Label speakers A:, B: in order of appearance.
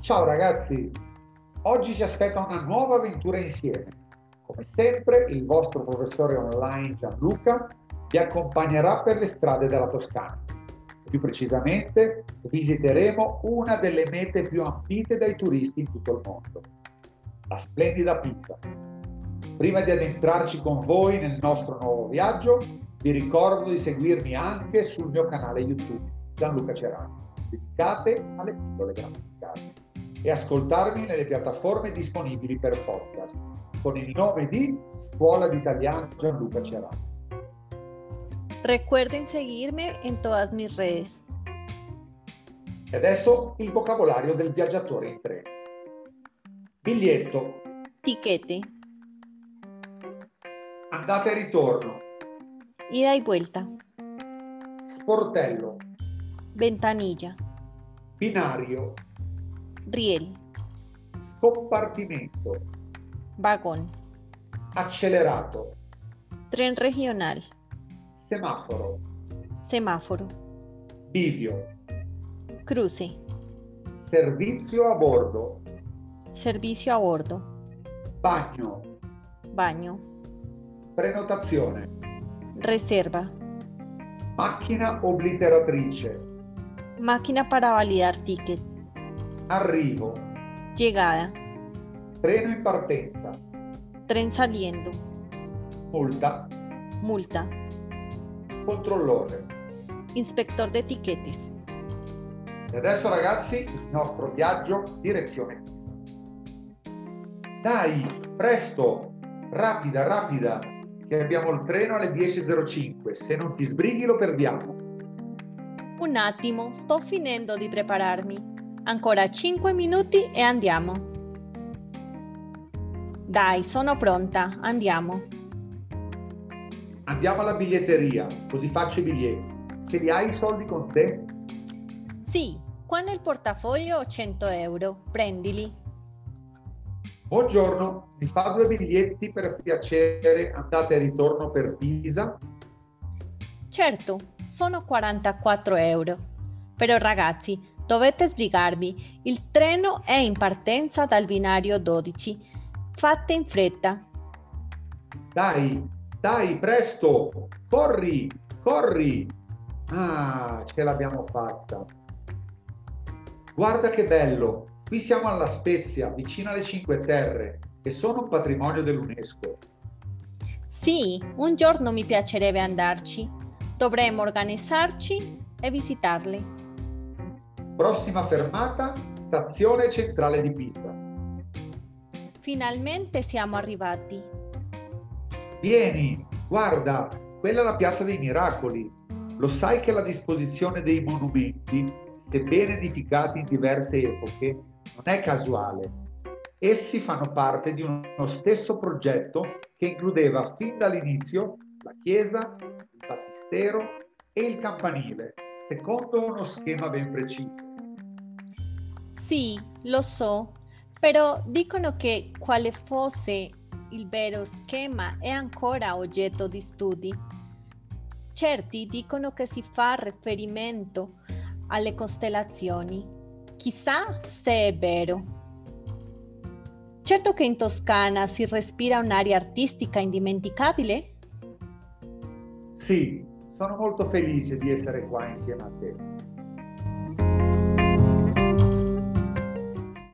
A: Ciao ragazzi, oggi ci aspetta una nuova avventura insieme. Come sempre il vostro professore online Gianluca vi accompagnerà per le strade della Toscana. Più precisamente visiteremo una delle mete più ambite dai turisti in tutto il mondo, la splendida Pizza. Prima di addentrarci con voi nel nostro nuovo viaggio, vi ricordo di seguirmi anche sul mio canale YouTube Gianluca Cerani dedicate alle piccole grafiche e ascoltarmi nelle piattaforme disponibili per podcast con il nome di Scuola di Italiano Gianluca Cerano.
B: Recuerden seguirme en todas mis redes.
A: E adesso il vocabolario del viaggiatore in treno. Biglietto,
B: Tiquete,
A: andata e ritorno,
B: ida y vuelta,
A: sportello,
B: ventanilla,
A: binario,
B: riel,
A: compartimento,
B: vagón,
A: accelerato,
B: tren regional,
A: semaforo,
B: semáforo,
A: bivio,
B: cruce,
A: servizio a bordo,
B: servicio a bordo,
A: bagno,
B: baño,
A: prenotazione,
B: reserva,
A: macchina obliteratrice,
B: máquina para validar ticket,
A: Arrivo,
B: llegada,
A: treno in partenza,
B: tren saliendo,
A: multa,
B: multa,
A: controllore.
B: inspector de tiquetes.
A: E adesso ragazzi il nostro viaggio direzione. Dai, presto, rapida, rapida, che abbiamo il treno alle 10.05, se non ti sbrighi lo perdiamo.
B: Un attimo, sto finendo di prepararmi. Ancora 5 minuti e andiamo. Dai, sono pronta, andiamo.
A: Andiamo alla biglietteria, così faccio i biglietti. Ce li hai i soldi con te?
B: Sì, qua nel portafoglio 100 euro, prendili.
A: Buongiorno, mi fa due biglietti per piacere, andate e ritorno per Pisa.
B: Certo, sono 44 euro. Però ragazzi, dovete sbrigarvi, il treno è in partenza dal binario 12. Fate in fretta.
A: Dai, dai, presto, corri, corri. Ah, ce l'abbiamo fatta. Guarda che bello, qui siamo alla Spezia, vicino alle Cinque Terre, che sono un patrimonio dell'UNESCO.
B: Sì, un giorno mi piacerebbe andarci. Dovremmo organizzarci e visitarle.
A: Prossima fermata, stazione centrale di Pisa.
B: Finalmente siamo arrivati.
A: Vieni, guarda, quella è la Piazza dei Miracoli. Lo sai che la disposizione dei monumenti, sebbene edificati in diverse epoche, non è casuale. Essi fanno parte di uno stesso progetto che includeva fin dall'inizio la chiesa, il battistero e il campanile, secondo uno schema ben preciso.
B: Sì, lo so, però dicono che quale fosse il vero schema è ancora oggetto di studi. Certi dicono che si fa riferimento alle costellazioni. Chissà se è vero. Certo che in Toscana si respira un'aria artistica indimenticabile?
A: Sì, sono molto felice di essere qua insieme a te.